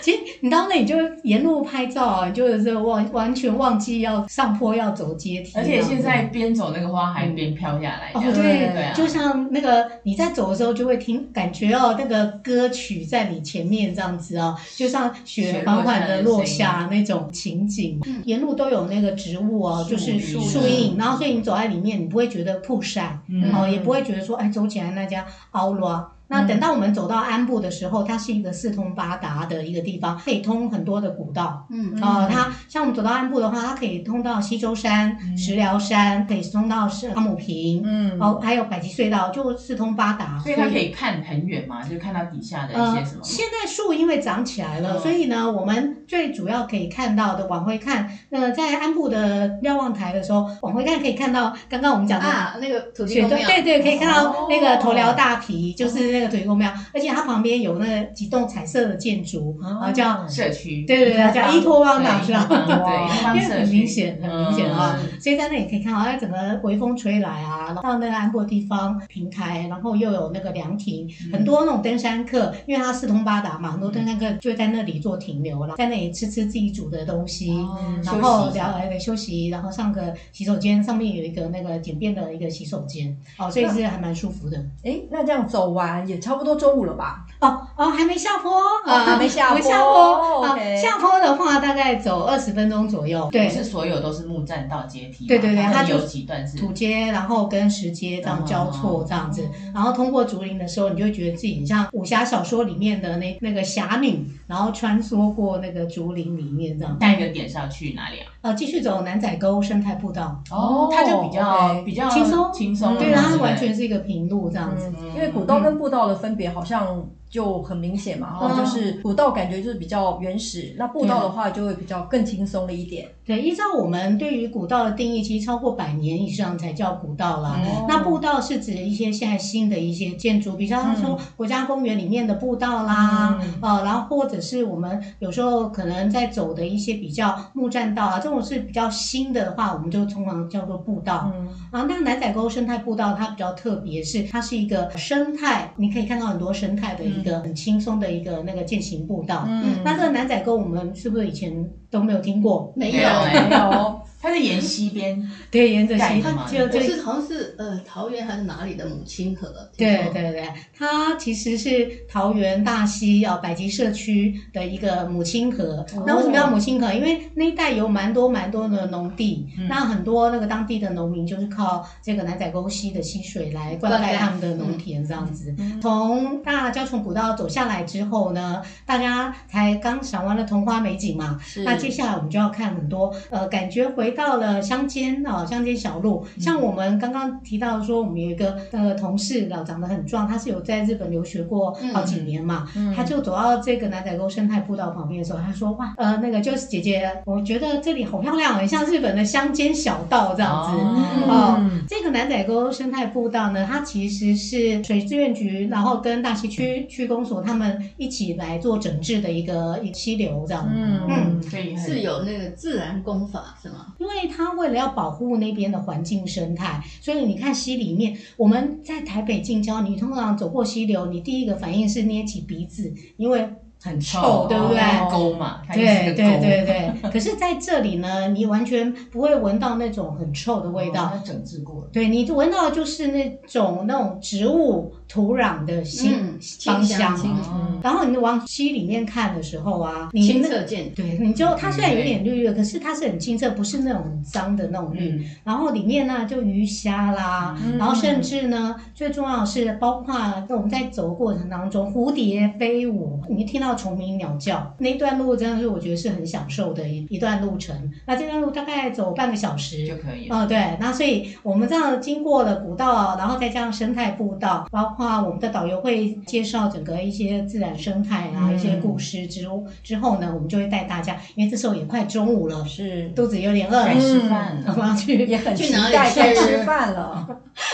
[SPEAKER 4] 其实你到那里就沿路拍照啊，你就是忘完全忘记要上坡要走阶梯啊，
[SPEAKER 3] 而且现在边走那个花还边飘下来，
[SPEAKER 4] 哦，
[SPEAKER 3] 这样
[SPEAKER 4] 对，
[SPEAKER 3] 对啊，
[SPEAKER 4] 就像那个你在走的时候，就会听感觉哦，那个歌曲在你前面这样子哦，就像
[SPEAKER 3] 雪
[SPEAKER 4] 雪
[SPEAKER 3] 落
[SPEAKER 4] 缓缓
[SPEAKER 3] 下
[SPEAKER 4] 的
[SPEAKER 3] 的
[SPEAKER 4] 落
[SPEAKER 3] 声音嗯
[SPEAKER 4] 下那种情景，沿路都有那个植物哦，就
[SPEAKER 3] 树
[SPEAKER 4] 是
[SPEAKER 3] 荫
[SPEAKER 4] 树荫，然后所以你走在里面，你不会觉得曝晒，
[SPEAKER 3] 嗯
[SPEAKER 4] 哦，也不会觉得说哎走起来那家凹落。那等到我们走到安部的时候，它是一个四通八达的一个地方，可以通很多的古道，
[SPEAKER 1] 嗯，
[SPEAKER 4] 哦，它像我们走到安部的话，它可以通到西周山、
[SPEAKER 3] 嗯
[SPEAKER 4] 石寮山，可以通到是阿姆坪，
[SPEAKER 2] 嗯，
[SPEAKER 4] 哦，还有百吉隧道，就四通八达。
[SPEAKER 3] 所以它可以看很远嘛，就看到底下的一些
[SPEAKER 4] 呃
[SPEAKER 3] 什，么。
[SPEAKER 4] 现在树因为长起来了，
[SPEAKER 3] 嗯
[SPEAKER 4] 所以呢，我们最主要可以看到的往回看，呃，在安部的瞭望台的时候，往回看可以看到刚刚我们讲的
[SPEAKER 1] 啊，那个土地
[SPEAKER 4] 雪
[SPEAKER 1] 公
[SPEAKER 4] 对
[SPEAKER 1] 庙，
[SPEAKER 4] 对对，可以看
[SPEAKER 3] 哦
[SPEAKER 4] 到那个头寮大皮，就是那个土地公庙，而且它旁边有那几栋彩色的建筑，
[SPEAKER 2] 哦
[SPEAKER 4] 啊，叫
[SPEAKER 3] 嗯社区，
[SPEAKER 4] 对对对，叫伊托
[SPEAKER 3] 邦
[SPEAKER 4] 邦岛是吧？ [laughs]
[SPEAKER 3] 对，伊托邦
[SPEAKER 4] 因为
[SPEAKER 3] 社
[SPEAKER 4] 很
[SPEAKER 3] 区
[SPEAKER 4] [laughs] 明显，很明显啊，
[SPEAKER 3] 嗯
[SPEAKER 4] 所以在那里可以看到，它整个微风吹来啊，然后到那个安波地方平台，然后又有那个凉亭，
[SPEAKER 3] 嗯
[SPEAKER 4] 很多那种登山客，因为它四通八达嘛，很多登山客就会在那里做停留，然后在那里吃吃自己煮的东西。
[SPEAKER 3] 哦
[SPEAKER 4] 然
[SPEAKER 3] 休
[SPEAKER 4] 后
[SPEAKER 3] 息一
[SPEAKER 4] 聊
[SPEAKER 3] 下
[SPEAKER 4] 哎休息，然后上个洗手间，上面有一个那个简便的一个洗手间，哦，所以是还蛮舒服的。
[SPEAKER 2] 哎，那这样走完也差不多中午了吧？
[SPEAKER 4] 哦哦，还没下坡啊，
[SPEAKER 2] 还没下坡
[SPEAKER 4] 还没下坡啊
[SPEAKER 2] OK
[SPEAKER 4] 下坡的话大概走二十分钟左右，对
[SPEAKER 3] 不，是所有都是木栈道阶梯嘛，
[SPEAKER 4] 对对对
[SPEAKER 3] 它
[SPEAKER 4] 它
[SPEAKER 3] 会
[SPEAKER 4] 就
[SPEAKER 3] 有几段是
[SPEAKER 4] 土街，然后跟石阶这样交错这样子，然后通过竹林的时候，你就会觉得自己很像武侠小说里面的那那个侠女，然后穿梭过那个竹林里面这样。
[SPEAKER 3] 下一个点是要去哪里啊？
[SPEAKER 4] 呃，继续走南仔沟生态步道，
[SPEAKER 2] 哦
[SPEAKER 3] 它就比较
[SPEAKER 2] OK
[SPEAKER 3] 比较
[SPEAKER 4] 轻松
[SPEAKER 3] 轻松
[SPEAKER 2] 嗯
[SPEAKER 3] 了，
[SPEAKER 4] 对，然后它完
[SPEAKER 3] 哦不对
[SPEAKER 4] 全是一个平路这样子。
[SPEAKER 2] 嗯，因为古道跟步道的分别好像就很明显嘛，哈，
[SPEAKER 4] 嗯
[SPEAKER 2] 就是古道感觉就是比较原始，那步道的话就会比较更轻松了一点。
[SPEAKER 4] 对，依照我们对于古道的定义，其实超过百年以上才叫古道啦。
[SPEAKER 3] 嗯
[SPEAKER 2] 哦
[SPEAKER 4] 那步道是指一些现在新的一些建筑，比方说国家公园里面的步道啦，
[SPEAKER 2] 嗯
[SPEAKER 4] 呃，然后或者是我们有时候可能在走的一些比较木栈道啊，这种是比较新的话，我们就通常叫做步道。
[SPEAKER 2] 嗯
[SPEAKER 4] 啊，那南仔沟生态步道它比较特别，是它是一个生态，你可以看到很多生态的一个很轻松的一个那个践行步道。
[SPEAKER 2] 嗯
[SPEAKER 4] 那这个南仔沟我们是不是以前都没有哦听过？
[SPEAKER 1] 没
[SPEAKER 3] 没
[SPEAKER 1] 有，
[SPEAKER 3] 有哎
[SPEAKER 2] 没有，
[SPEAKER 3] 它是沿溪边，
[SPEAKER 4] 对，沿着
[SPEAKER 3] 盖
[SPEAKER 4] 溪
[SPEAKER 3] 的嘛，
[SPEAKER 4] 就
[SPEAKER 1] 我
[SPEAKER 4] 就是
[SPEAKER 1] 好像是呃桃园还是哪里的母亲河，听
[SPEAKER 4] 对
[SPEAKER 1] 说
[SPEAKER 4] 对对，它其实是桃园大溪啊百吉社区的一个母亲河。那为什么叫母亲河？因为那一带有蛮多蛮多的农地，
[SPEAKER 3] 嗯
[SPEAKER 4] 那很多那个当地的农民就是靠这个南仔沟溪的溪水来灌
[SPEAKER 1] 灌
[SPEAKER 4] 溉
[SPEAKER 1] 溉
[SPEAKER 4] 他们的农田，这样
[SPEAKER 2] 嗯
[SPEAKER 4] 子。从大礁虫古道走下来之后呢，大家才刚赏完了桐花美景嘛，
[SPEAKER 2] 是
[SPEAKER 4] 那接下来我们就要看很多，呃，感觉回到了乡间啊、乡间小路。
[SPEAKER 2] 嗯
[SPEAKER 4] 像我们刚刚提到说，我们有一个呃同事啊，长得很壮，他是有在日本留学过好几年嘛，
[SPEAKER 2] 嗯
[SPEAKER 4] 他就走到这个南仔沟生态步道旁边的时候，他说哇，
[SPEAKER 2] 嗯
[SPEAKER 4] 呃，那个就是姐姐，我觉得这里好漂亮，很像日本的乡间小道这样子。
[SPEAKER 2] 嗯
[SPEAKER 3] 哦
[SPEAKER 4] 哦，这个南仔沟生态步道呢，它其实是水资源局，然后跟大溪区区公所他们一起来做整治的一个一个溪流这样。
[SPEAKER 2] 嗯
[SPEAKER 3] 所以很
[SPEAKER 1] 是有那个自然功法是吗？
[SPEAKER 4] 因为它为了要保护那边的环境生态，所以你看溪里面，我们在台北近郊，你通常走过溪流，你第一个反应是捏起鼻子，因为
[SPEAKER 3] 很
[SPEAKER 4] 臭对不对
[SPEAKER 3] 哦沟嘛，它就是
[SPEAKER 4] 对
[SPEAKER 3] 个沟
[SPEAKER 4] 对对对。 [laughs] 可是在这里呢，你完全不会闻到那种很臭的味道。
[SPEAKER 3] 哦它整治过了。
[SPEAKER 4] 对你闻到的就是那种那种植物，土壤的新
[SPEAKER 1] 嗯
[SPEAKER 4] 芳
[SPEAKER 1] 清香
[SPEAKER 4] 香。
[SPEAKER 1] 清
[SPEAKER 3] 哦
[SPEAKER 4] 然后你往溪里面看的时候啊，你
[SPEAKER 1] 清
[SPEAKER 4] 那
[SPEAKER 1] 澈见底。
[SPEAKER 4] 嗯对，你就它虽然有点绿绿，可是它是很清澈，不是那种很脏的那种绿。
[SPEAKER 3] 嗯，啊
[SPEAKER 4] 然后里面呢就鱼虾啦，
[SPEAKER 2] 嗯
[SPEAKER 4] 然后甚至呢最重要的是，包括我们在走的过程当中，蝴蝶飞舞，你听到虫鸣鸟叫，那一段路真的是我觉得是很享受的一一段路程。那这段路大概走半个小时，
[SPEAKER 3] 就可以了。
[SPEAKER 4] 哦，对，那所以我们这样经过了古道，然后再加上生态步道，包括我们的导游会介绍整个一些自然生态啊、
[SPEAKER 3] 嗯
[SPEAKER 4] 一些故事之之后呢，我们就会带大家，因为这时候也快中午了，
[SPEAKER 2] 是
[SPEAKER 4] 肚子有点饿
[SPEAKER 3] 该
[SPEAKER 4] 了，
[SPEAKER 3] 吃饭
[SPEAKER 4] 我
[SPEAKER 3] 了。
[SPEAKER 4] 们要去，
[SPEAKER 2] 也很
[SPEAKER 1] 去
[SPEAKER 2] 期
[SPEAKER 1] 哪里
[SPEAKER 2] 待
[SPEAKER 1] 吃
[SPEAKER 2] 该吃饭了。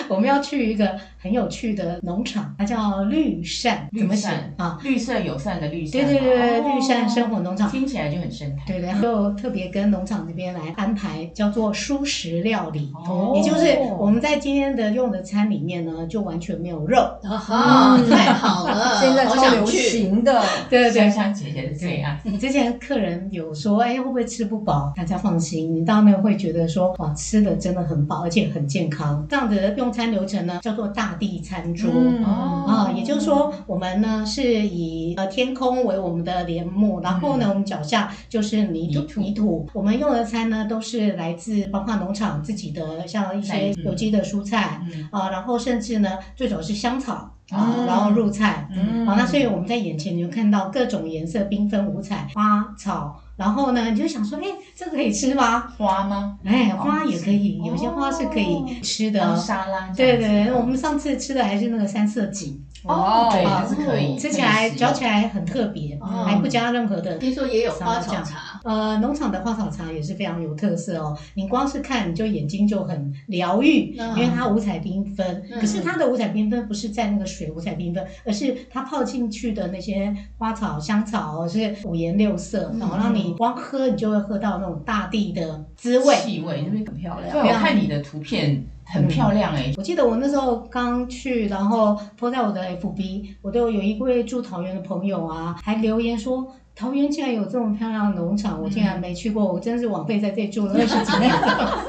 [SPEAKER 4] 我们要去一个很有趣的农场，它叫绿扇，
[SPEAKER 3] 绿
[SPEAKER 4] 怎么写
[SPEAKER 3] 扇
[SPEAKER 4] 啊？
[SPEAKER 3] 绿色友善的绿色，
[SPEAKER 4] 对对对对，
[SPEAKER 3] 哦
[SPEAKER 4] 绿扇生活农场。
[SPEAKER 3] 听起来就很生态。
[SPEAKER 4] 对对，就特别跟农场这边来安排，叫做蔬食料理。
[SPEAKER 3] 哦
[SPEAKER 4] 也就是我们在今天的用的餐里面呢，就完全没有肉。
[SPEAKER 1] 啊哈，太好了，
[SPEAKER 2] [laughs] 现在
[SPEAKER 1] 好
[SPEAKER 2] 超
[SPEAKER 1] 想
[SPEAKER 2] 流
[SPEAKER 1] 去。
[SPEAKER 2] 行的，
[SPEAKER 4] 对
[SPEAKER 3] 香
[SPEAKER 4] 对
[SPEAKER 3] 香姐姐的最爱。
[SPEAKER 4] 对，之前客人有说，哎，会不会吃不饱？大家放心，你到那会觉得说，哇，吃的真的很饱，而且很健康。这样的用餐流程呢，叫做大地餐桌。
[SPEAKER 2] 嗯，
[SPEAKER 3] 哦
[SPEAKER 4] 啊、也就是说，我们呢是以呃天空为我们的帘幕，然后呢，我们脚下就是
[SPEAKER 3] 嗯
[SPEAKER 4] 泥
[SPEAKER 3] 泥土
[SPEAKER 4] 土。泥土，我们用的餐呢都是来自包括农场自己的，像一些
[SPEAKER 3] 菜嗯
[SPEAKER 4] 有机的蔬菜
[SPEAKER 3] 嗯
[SPEAKER 4] 啊、然后甚至呢最早是香草啊、
[SPEAKER 2] 嗯
[SPEAKER 4] 然后入菜。
[SPEAKER 3] 嗯
[SPEAKER 4] 好，那所以我们在眼前你就看到各种颜色缤纷五彩花草，然后呢你就想说，哎，这个可以吃吗？
[SPEAKER 3] 花吗？
[SPEAKER 4] 哎，
[SPEAKER 3] 哦
[SPEAKER 4] 花也可以，
[SPEAKER 3] 是哦
[SPEAKER 4] 有些花是可以吃的。
[SPEAKER 3] 当沙拉这样
[SPEAKER 4] 对
[SPEAKER 3] 子。
[SPEAKER 4] 对，我们上次吃的还是那个三色堇。
[SPEAKER 3] 哦，对，
[SPEAKER 4] 哦
[SPEAKER 3] 这是可以，
[SPEAKER 4] 吃起
[SPEAKER 3] 可
[SPEAKER 4] 来
[SPEAKER 3] 以食用
[SPEAKER 4] 嚼起来很特别，
[SPEAKER 1] 哦
[SPEAKER 4] 还不加任何的。
[SPEAKER 1] 听说也有花草茶，
[SPEAKER 4] 呃，农场的花草茶也是非常有特色哦。你光是看你就眼睛就很疗愈，
[SPEAKER 1] 嗯
[SPEAKER 4] 因为它五彩缤纷。
[SPEAKER 1] 嗯
[SPEAKER 4] 可是它的五彩缤纷不是在那个水五彩缤纷，而是它泡进去的那些花草、香草哦是五颜六色，哦
[SPEAKER 1] 嗯
[SPEAKER 4] 然后让你光喝你就会喝到那种大地的滋味。啊
[SPEAKER 3] 气味，因为
[SPEAKER 2] 很漂
[SPEAKER 3] 对，
[SPEAKER 2] 亮。
[SPEAKER 3] 我看你的图片很漂亮哎，
[SPEAKER 4] 我记得我那时候刚去，然后泼在我的 FB，我都有一位住桃园的朋友啊，还留言说。桃园竟然有这么漂亮的农场，我竟然没去过，我真是枉费在这里
[SPEAKER 3] 嗯
[SPEAKER 4] 住了二十几年。
[SPEAKER 3] [laughs]
[SPEAKER 4] [laughs]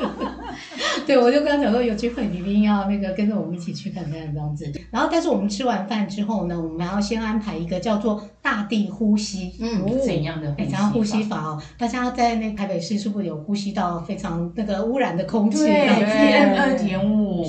[SPEAKER 4] 对，我就跟他讲说，有机会你一定要那个跟着我们一起去看看这样子。然后，但是我们吃完饭之后呢，我们还要先安排一个叫做大地呼吸，
[SPEAKER 1] 嗯，
[SPEAKER 3] 怎样的
[SPEAKER 4] 哎，讲到呼吸
[SPEAKER 3] 吸法？
[SPEAKER 4] 法哦，大家在那台北市是不是有呼吸到非常那个污染的空气？
[SPEAKER 3] 对
[SPEAKER 4] 然后
[SPEAKER 3] ，PM 二点五，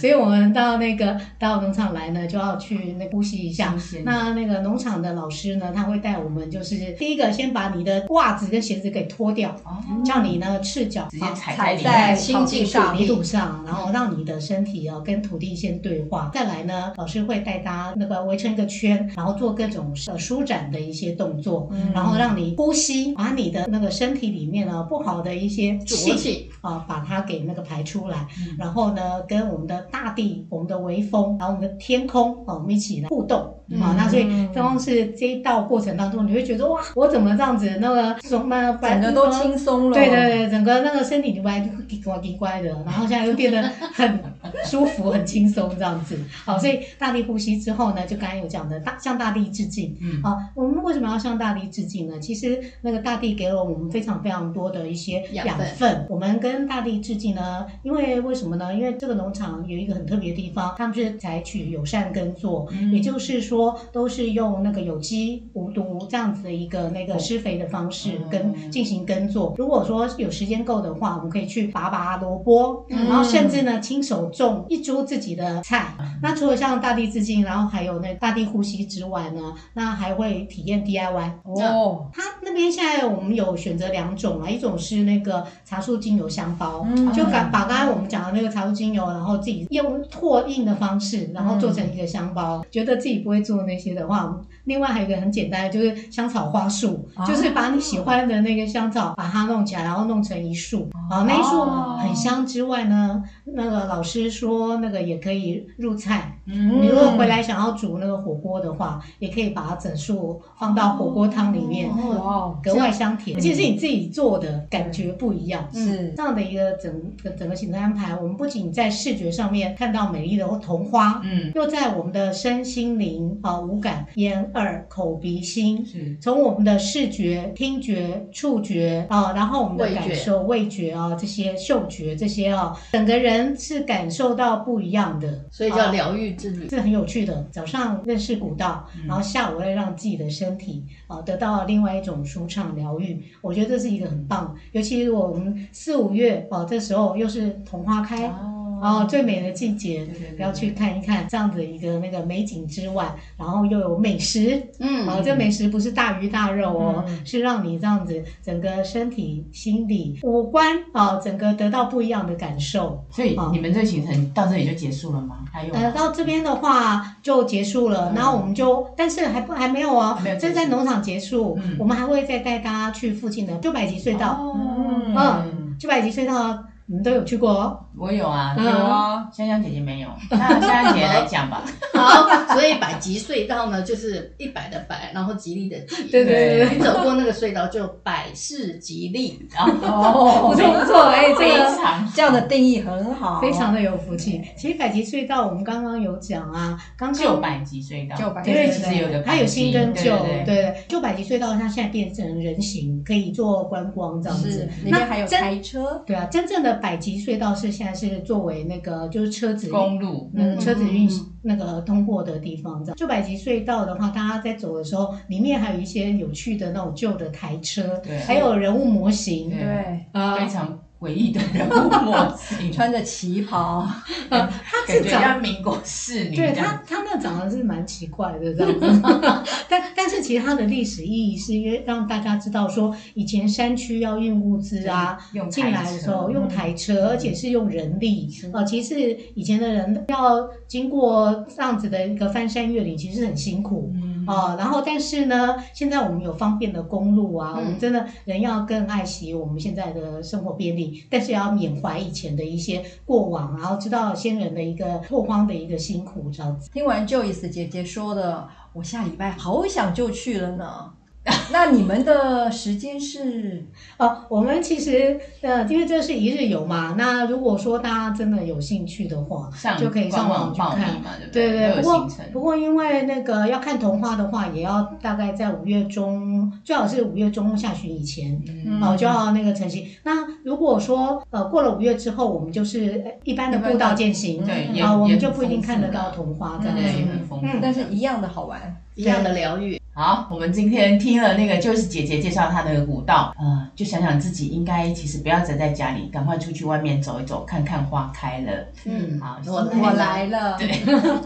[SPEAKER 4] 所以我们到那个到农场来呢，就要去那呼吸一下
[SPEAKER 3] 新鲜。的
[SPEAKER 4] 那那个农场的老师呢，他会带我们，就是第一个先把你的袜子跟鞋子给脱掉，
[SPEAKER 3] 哦
[SPEAKER 4] 叫你呢赤脚
[SPEAKER 3] 直接踩
[SPEAKER 2] 踩
[SPEAKER 3] 里
[SPEAKER 2] 在
[SPEAKER 3] 面，
[SPEAKER 2] 草地
[SPEAKER 4] 到
[SPEAKER 2] 上，
[SPEAKER 4] 泥土上，然后让你的身体哦跟土地先对话。再来呢，老师会带大家那个围成一个圈，然后做各种呃舒展的一些动作，
[SPEAKER 2] 嗯
[SPEAKER 4] 然后让你呼吸，把你的那个身体里面呢不好的一些
[SPEAKER 1] 浊气，
[SPEAKER 4] 啊，把它给那个排出来，
[SPEAKER 3] 嗯
[SPEAKER 4] 然后呢，跟我们的大地、我们的微风，然后我们的天空，啊，我们一起来互动、
[SPEAKER 2] 嗯
[SPEAKER 4] 啊。那所以，光是这一道过程当中，你会觉得哇，我怎么这样子那个什么
[SPEAKER 2] 整个都轻松了。
[SPEAKER 4] 对对对，整个那个身体就歪就叽呱叽呱
[SPEAKER 2] [laughs]
[SPEAKER 4] 的，然后现在就变得很 [laughs] 舒服、很轻松这样子。好，所以大地呼吸之后呢，就刚才有讲的大向大地致敬。
[SPEAKER 3] 嗯
[SPEAKER 4] 好，我们为什么要向大地致敬呢？其实那个大地给了我们非常非常多的一些
[SPEAKER 1] 养
[SPEAKER 4] 养
[SPEAKER 1] 分
[SPEAKER 4] 分。我们跟大地致敬呢，因为为什么呢？因为这个农场有一个很特别的地方，他们是采取友善耕作，
[SPEAKER 3] 嗯
[SPEAKER 4] 也就是说都是用那个有机无毒这样子的一个那个施肥的方式
[SPEAKER 3] 嗯
[SPEAKER 4] 跟进行耕作。如果说有时间够的话，我们可以去拔拔萝卜，
[SPEAKER 2] 嗯
[SPEAKER 4] 然后甚至呢亲手种一株自己的菜。那除了像大地致敬，然后还有那大地呼吸之外呢，那还会体验 DIY。
[SPEAKER 2] 哦，
[SPEAKER 4] 它那边现在我们有选择两种啊，一种是那个茶树精油香包，
[SPEAKER 2] 嗯
[SPEAKER 4] 就把把刚才我们讲的那个茶树精油，然后自己用拓印的方式，然后做成一个香包。觉得自己不会做那些的话，另外还有一个很简单的，就是香草花束，
[SPEAKER 2] 啊
[SPEAKER 4] 就是把你喜欢的那个香草把它弄起来，然后弄成一束。好，那一束
[SPEAKER 2] 哦
[SPEAKER 4] 很香之外呢，那个老师说那个也可以入菜，
[SPEAKER 3] 嗯
[SPEAKER 4] 你如果回来想要煮那个火锅的话，也可以把它整束放到火锅汤里面，
[SPEAKER 2] 哇
[SPEAKER 1] 哦，
[SPEAKER 2] 哦，
[SPEAKER 4] 格外香甜。而且是你自己做的，感觉不一样。
[SPEAKER 2] 是
[SPEAKER 4] 这样的一个整个整个行程安排，我们不仅在视觉上面看到美丽的桐花，
[SPEAKER 3] 嗯，
[SPEAKER 4] 又在我们的身心灵啊、五感、眼、耳、口、鼻、心
[SPEAKER 3] 是
[SPEAKER 4] 从我们的视觉、听觉、触觉啊、然后我们的
[SPEAKER 1] 味觉
[SPEAKER 4] 感受、味觉啊、这些嗅觉这些些哦，整个人是感受到不一样的，啊
[SPEAKER 1] 所以叫疗愈之旅。嗯
[SPEAKER 4] 是很有趣的。早上认识古道，然后下午会让自己的身体啊、呃得到另外一种舒畅疗愈，我觉得这是一个很棒。尤其是我们四五月哦、这时候又是桐花开。哦，最美的季节
[SPEAKER 3] 对对对，
[SPEAKER 4] 要去看一看这样子一个那个美景之外，然后又有美食，
[SPEAKER 1] 嗯，
[SPEAKER 4] 哦，这美食不是大鱼大肉哦，
[SPEAKER 3] 嗯
[SPEAKER 4] 是让你这样子整个身体、心理、五官哦，整个得到不一样的感受。
[SPEAKER 3] 所以你们这个行程到这里就结束了吗？还有吗
[SPEAKER 4] 嗯呃，到这边的话就结束了，然后我们就，但是还不还没有哦
[SPEAKER 3] 还没有，结
[SPEAKER 4] 正
[SPEAKER 3] 束
[SPEAKER 4] 在农场结束，
[SPEAKER 3] 嗯
[SPEAKER 4] 我们还会再带大家去附近的九百级隧道，
[SPEAKER 3] 哦嗯，
[SPEAKER 4] 九百级隧道你们都有去过哦。
[SPEAKER 3] 我有啊，
[SPEAKER 4] 嗯
[SPEAKER 3] 有哦，香香姐姐没有，
[SPEAKER 4] [laughs]
[SPEAKER 3] 那香香姐姐来讲吧。
[SPEAKER 1] 好，所以百吉隧道呢，就是一百的百，然后吉利的吉。
[SPEAKER 4] 对对
[SPEAKER 1] 你走过那个隧道就百事吉利。
[SPEAKER 3] 哦
[SPEAKER 2] 不错不错，哎，这
[SPEAKER 4] 啊
[SPEAKER 3] 非
[SPEAKER 2] 个
[SPEAKER 3] 常
[SPEAKER 2] 这样的定义很好，哦
[SPEAKER 4] 非常的有福气。其实百级隧道我们刚刚有讲啊，刚刚
[SPEAKER 3] 旧百级隧道，
[SPEAKER 2] 旧百
[SPEAKER 3] 因
[SPEAKER 2] 集
[SPEAKER 3] 为
[SPEAKER 2] 对
[SPEAKER 3] 其实有个百集
[SPEAKER 4] 它有新跟旧，
[SPEAKER 3] 对对对
[SPEAKER 4] 对，旧百级隧道它现在变成人行，可以做观光这样
[SPEAKER 2] 是
[SPEAKER 4] 子。
[SPEAKER 2] 里面还有
[SPEAKER 4] 真
[SPEAKER 2] 开车，
[SPEAKER 4] 对啊，真正的百级隧道是现在是作为那个就是车子
[SPEAKER 3] 公路，
[SPEAKER 4] 嗯，车子运
[SPEAKER 1] 嗯
[SPEAKER 4] 那个通过的地方，这样。旧百级隧道的话，大家在走的时候，里面还有一些有趣的那种旧的台车
[SPEAKER 3] 对，
[SPEAKER 4] 还有人物模型
[SPEAKER 3] 对
[SPEAKER 2] 对，
[SPEAKER 4] 啊
[SPEAKER 3] 非，常诡异的人物模型，
[SPEAKER 2] 穿着旗袍，
[SPEAKER 4] [laughs] 它
[SPEAKER 3] 感
[SPEAKER 4] 是
[SPEAKER 3] 觉
[SPEAKER 4] 长
[SPEAKER 3] 像民国侍女这
[SPEAKER 4] 对
[SPEAKER 3] 样，
[SPEAKER 4] 他，他那长得是蛮奇怪的这样子， [laughs] 但但是其实它的历史意义是因为让大家知道说，以前山区要运物资啊，
[SPEAKER 3] 用
[SPEAKER 4] 进来的时
[SPEAKER 3] 台车
[SPEAKER 4] 候
[SPEAKER 3] 嗯
[SPEAKER 4] 用台车，而且是用人力啊、呃其实以前的人要经过这样子的一个翻山越岭，其实很辛苦。
[SPEAKER 3] 嗯
[SPEAKER 4] 哦，然后但是呢，现在我们有方便的公路啊，
[SPEAKER 1] 嗯
[SPEAKER 4] 我们真的人要更爱惜我们现在的生活便利，但是也要缅怀以前的一些过往，然后知道先人的一个拓荒的一个辛苦这样子。
[SPEAKER 2] 听完 Joyce 姐姐说的，我下礼拜好想就去了呢。 [laughs] 那你们的时间是
[SPEAKER 4] 哦，我们其实呃，因为这是一日游嘛，那如果说大家真的有兴趣的话，
[SPEAKER 3] 上
[SPEAKER 4] 就可以上
[SPEAKER 3] 官
[SPEAKER 4] 网
[SPEAKER 3] 网
[SPEAKER 4] 去
[SPEAKER 3] 报
[SPEAKER 4] 看
[SPEAKER 3] 名。嘛，对不都有
[SPEAKER 4] 对对，不过
[SPEAKER 3] 行程
[SPEAKER 4] 不过因为那个要看童话的话，也要大概在五月中，最好是五月中下旬以前，
[SPEAKER 3] 嗯
[SPEAKER 4] 哦，就要那个成型。那如果说呃过了五月之后，我们就是呃一般的步道践行，
[SPEAKER 3] 对
[SPEAKER 4] 啊、
[SPEAKER 3] 也
[SPEAKER 4] 我
[SPEAKER 3] 嗯也
[SPEAKER 4] 们就
[SPEAKER 3] 很
[SPEAKER 4] 不一定
[SPEAKER 3] 丰富
[SPEAKER 4] 看得
[SPEAKER 3] 啦
[SPEAKER 4] 到嗯童话这样
[SPEAKER 3] 对，
[SPEAKER 4] 子。
[SPEAKER 3] 也很丰富。
[SPEAKER 2] 但是一样的好玩，
[SPEAKER 1] 一样的疗愈。
[SPEAKER 3] 好，我们今天听了那个就是姐姐介绍她的古道，呃，就想想自己应该其实不要宅在家里，赶快出去外面走一走，看看花开了。
[SPEAKER 1] 嗯，
[SPEAKER 3] 好，
[SPEAKER 1] 我
[SPEAKER 3] 谢谢
[SPEAKER 2] 我来了，
[SPEAKER 3] 对，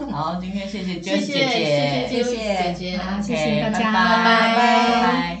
[SPEAKER 3] 好，今天谢谢娟
[SPEAKER 1] 谢
[SPEAKER 3] 姐
[SPEAKER 1] 谢
[SPEAKER 3] 姐，
[SPEAKER 1] 谢
[SPEAKER 2] 谢谢
[SPEAKER 1] 谢姐姐。
[SPEAKER 4] 好谢谢大家
[SPEAKER 3] 拜拜
[SPEAKER 4] 拜拜
[SPEAKER 3] 拜拜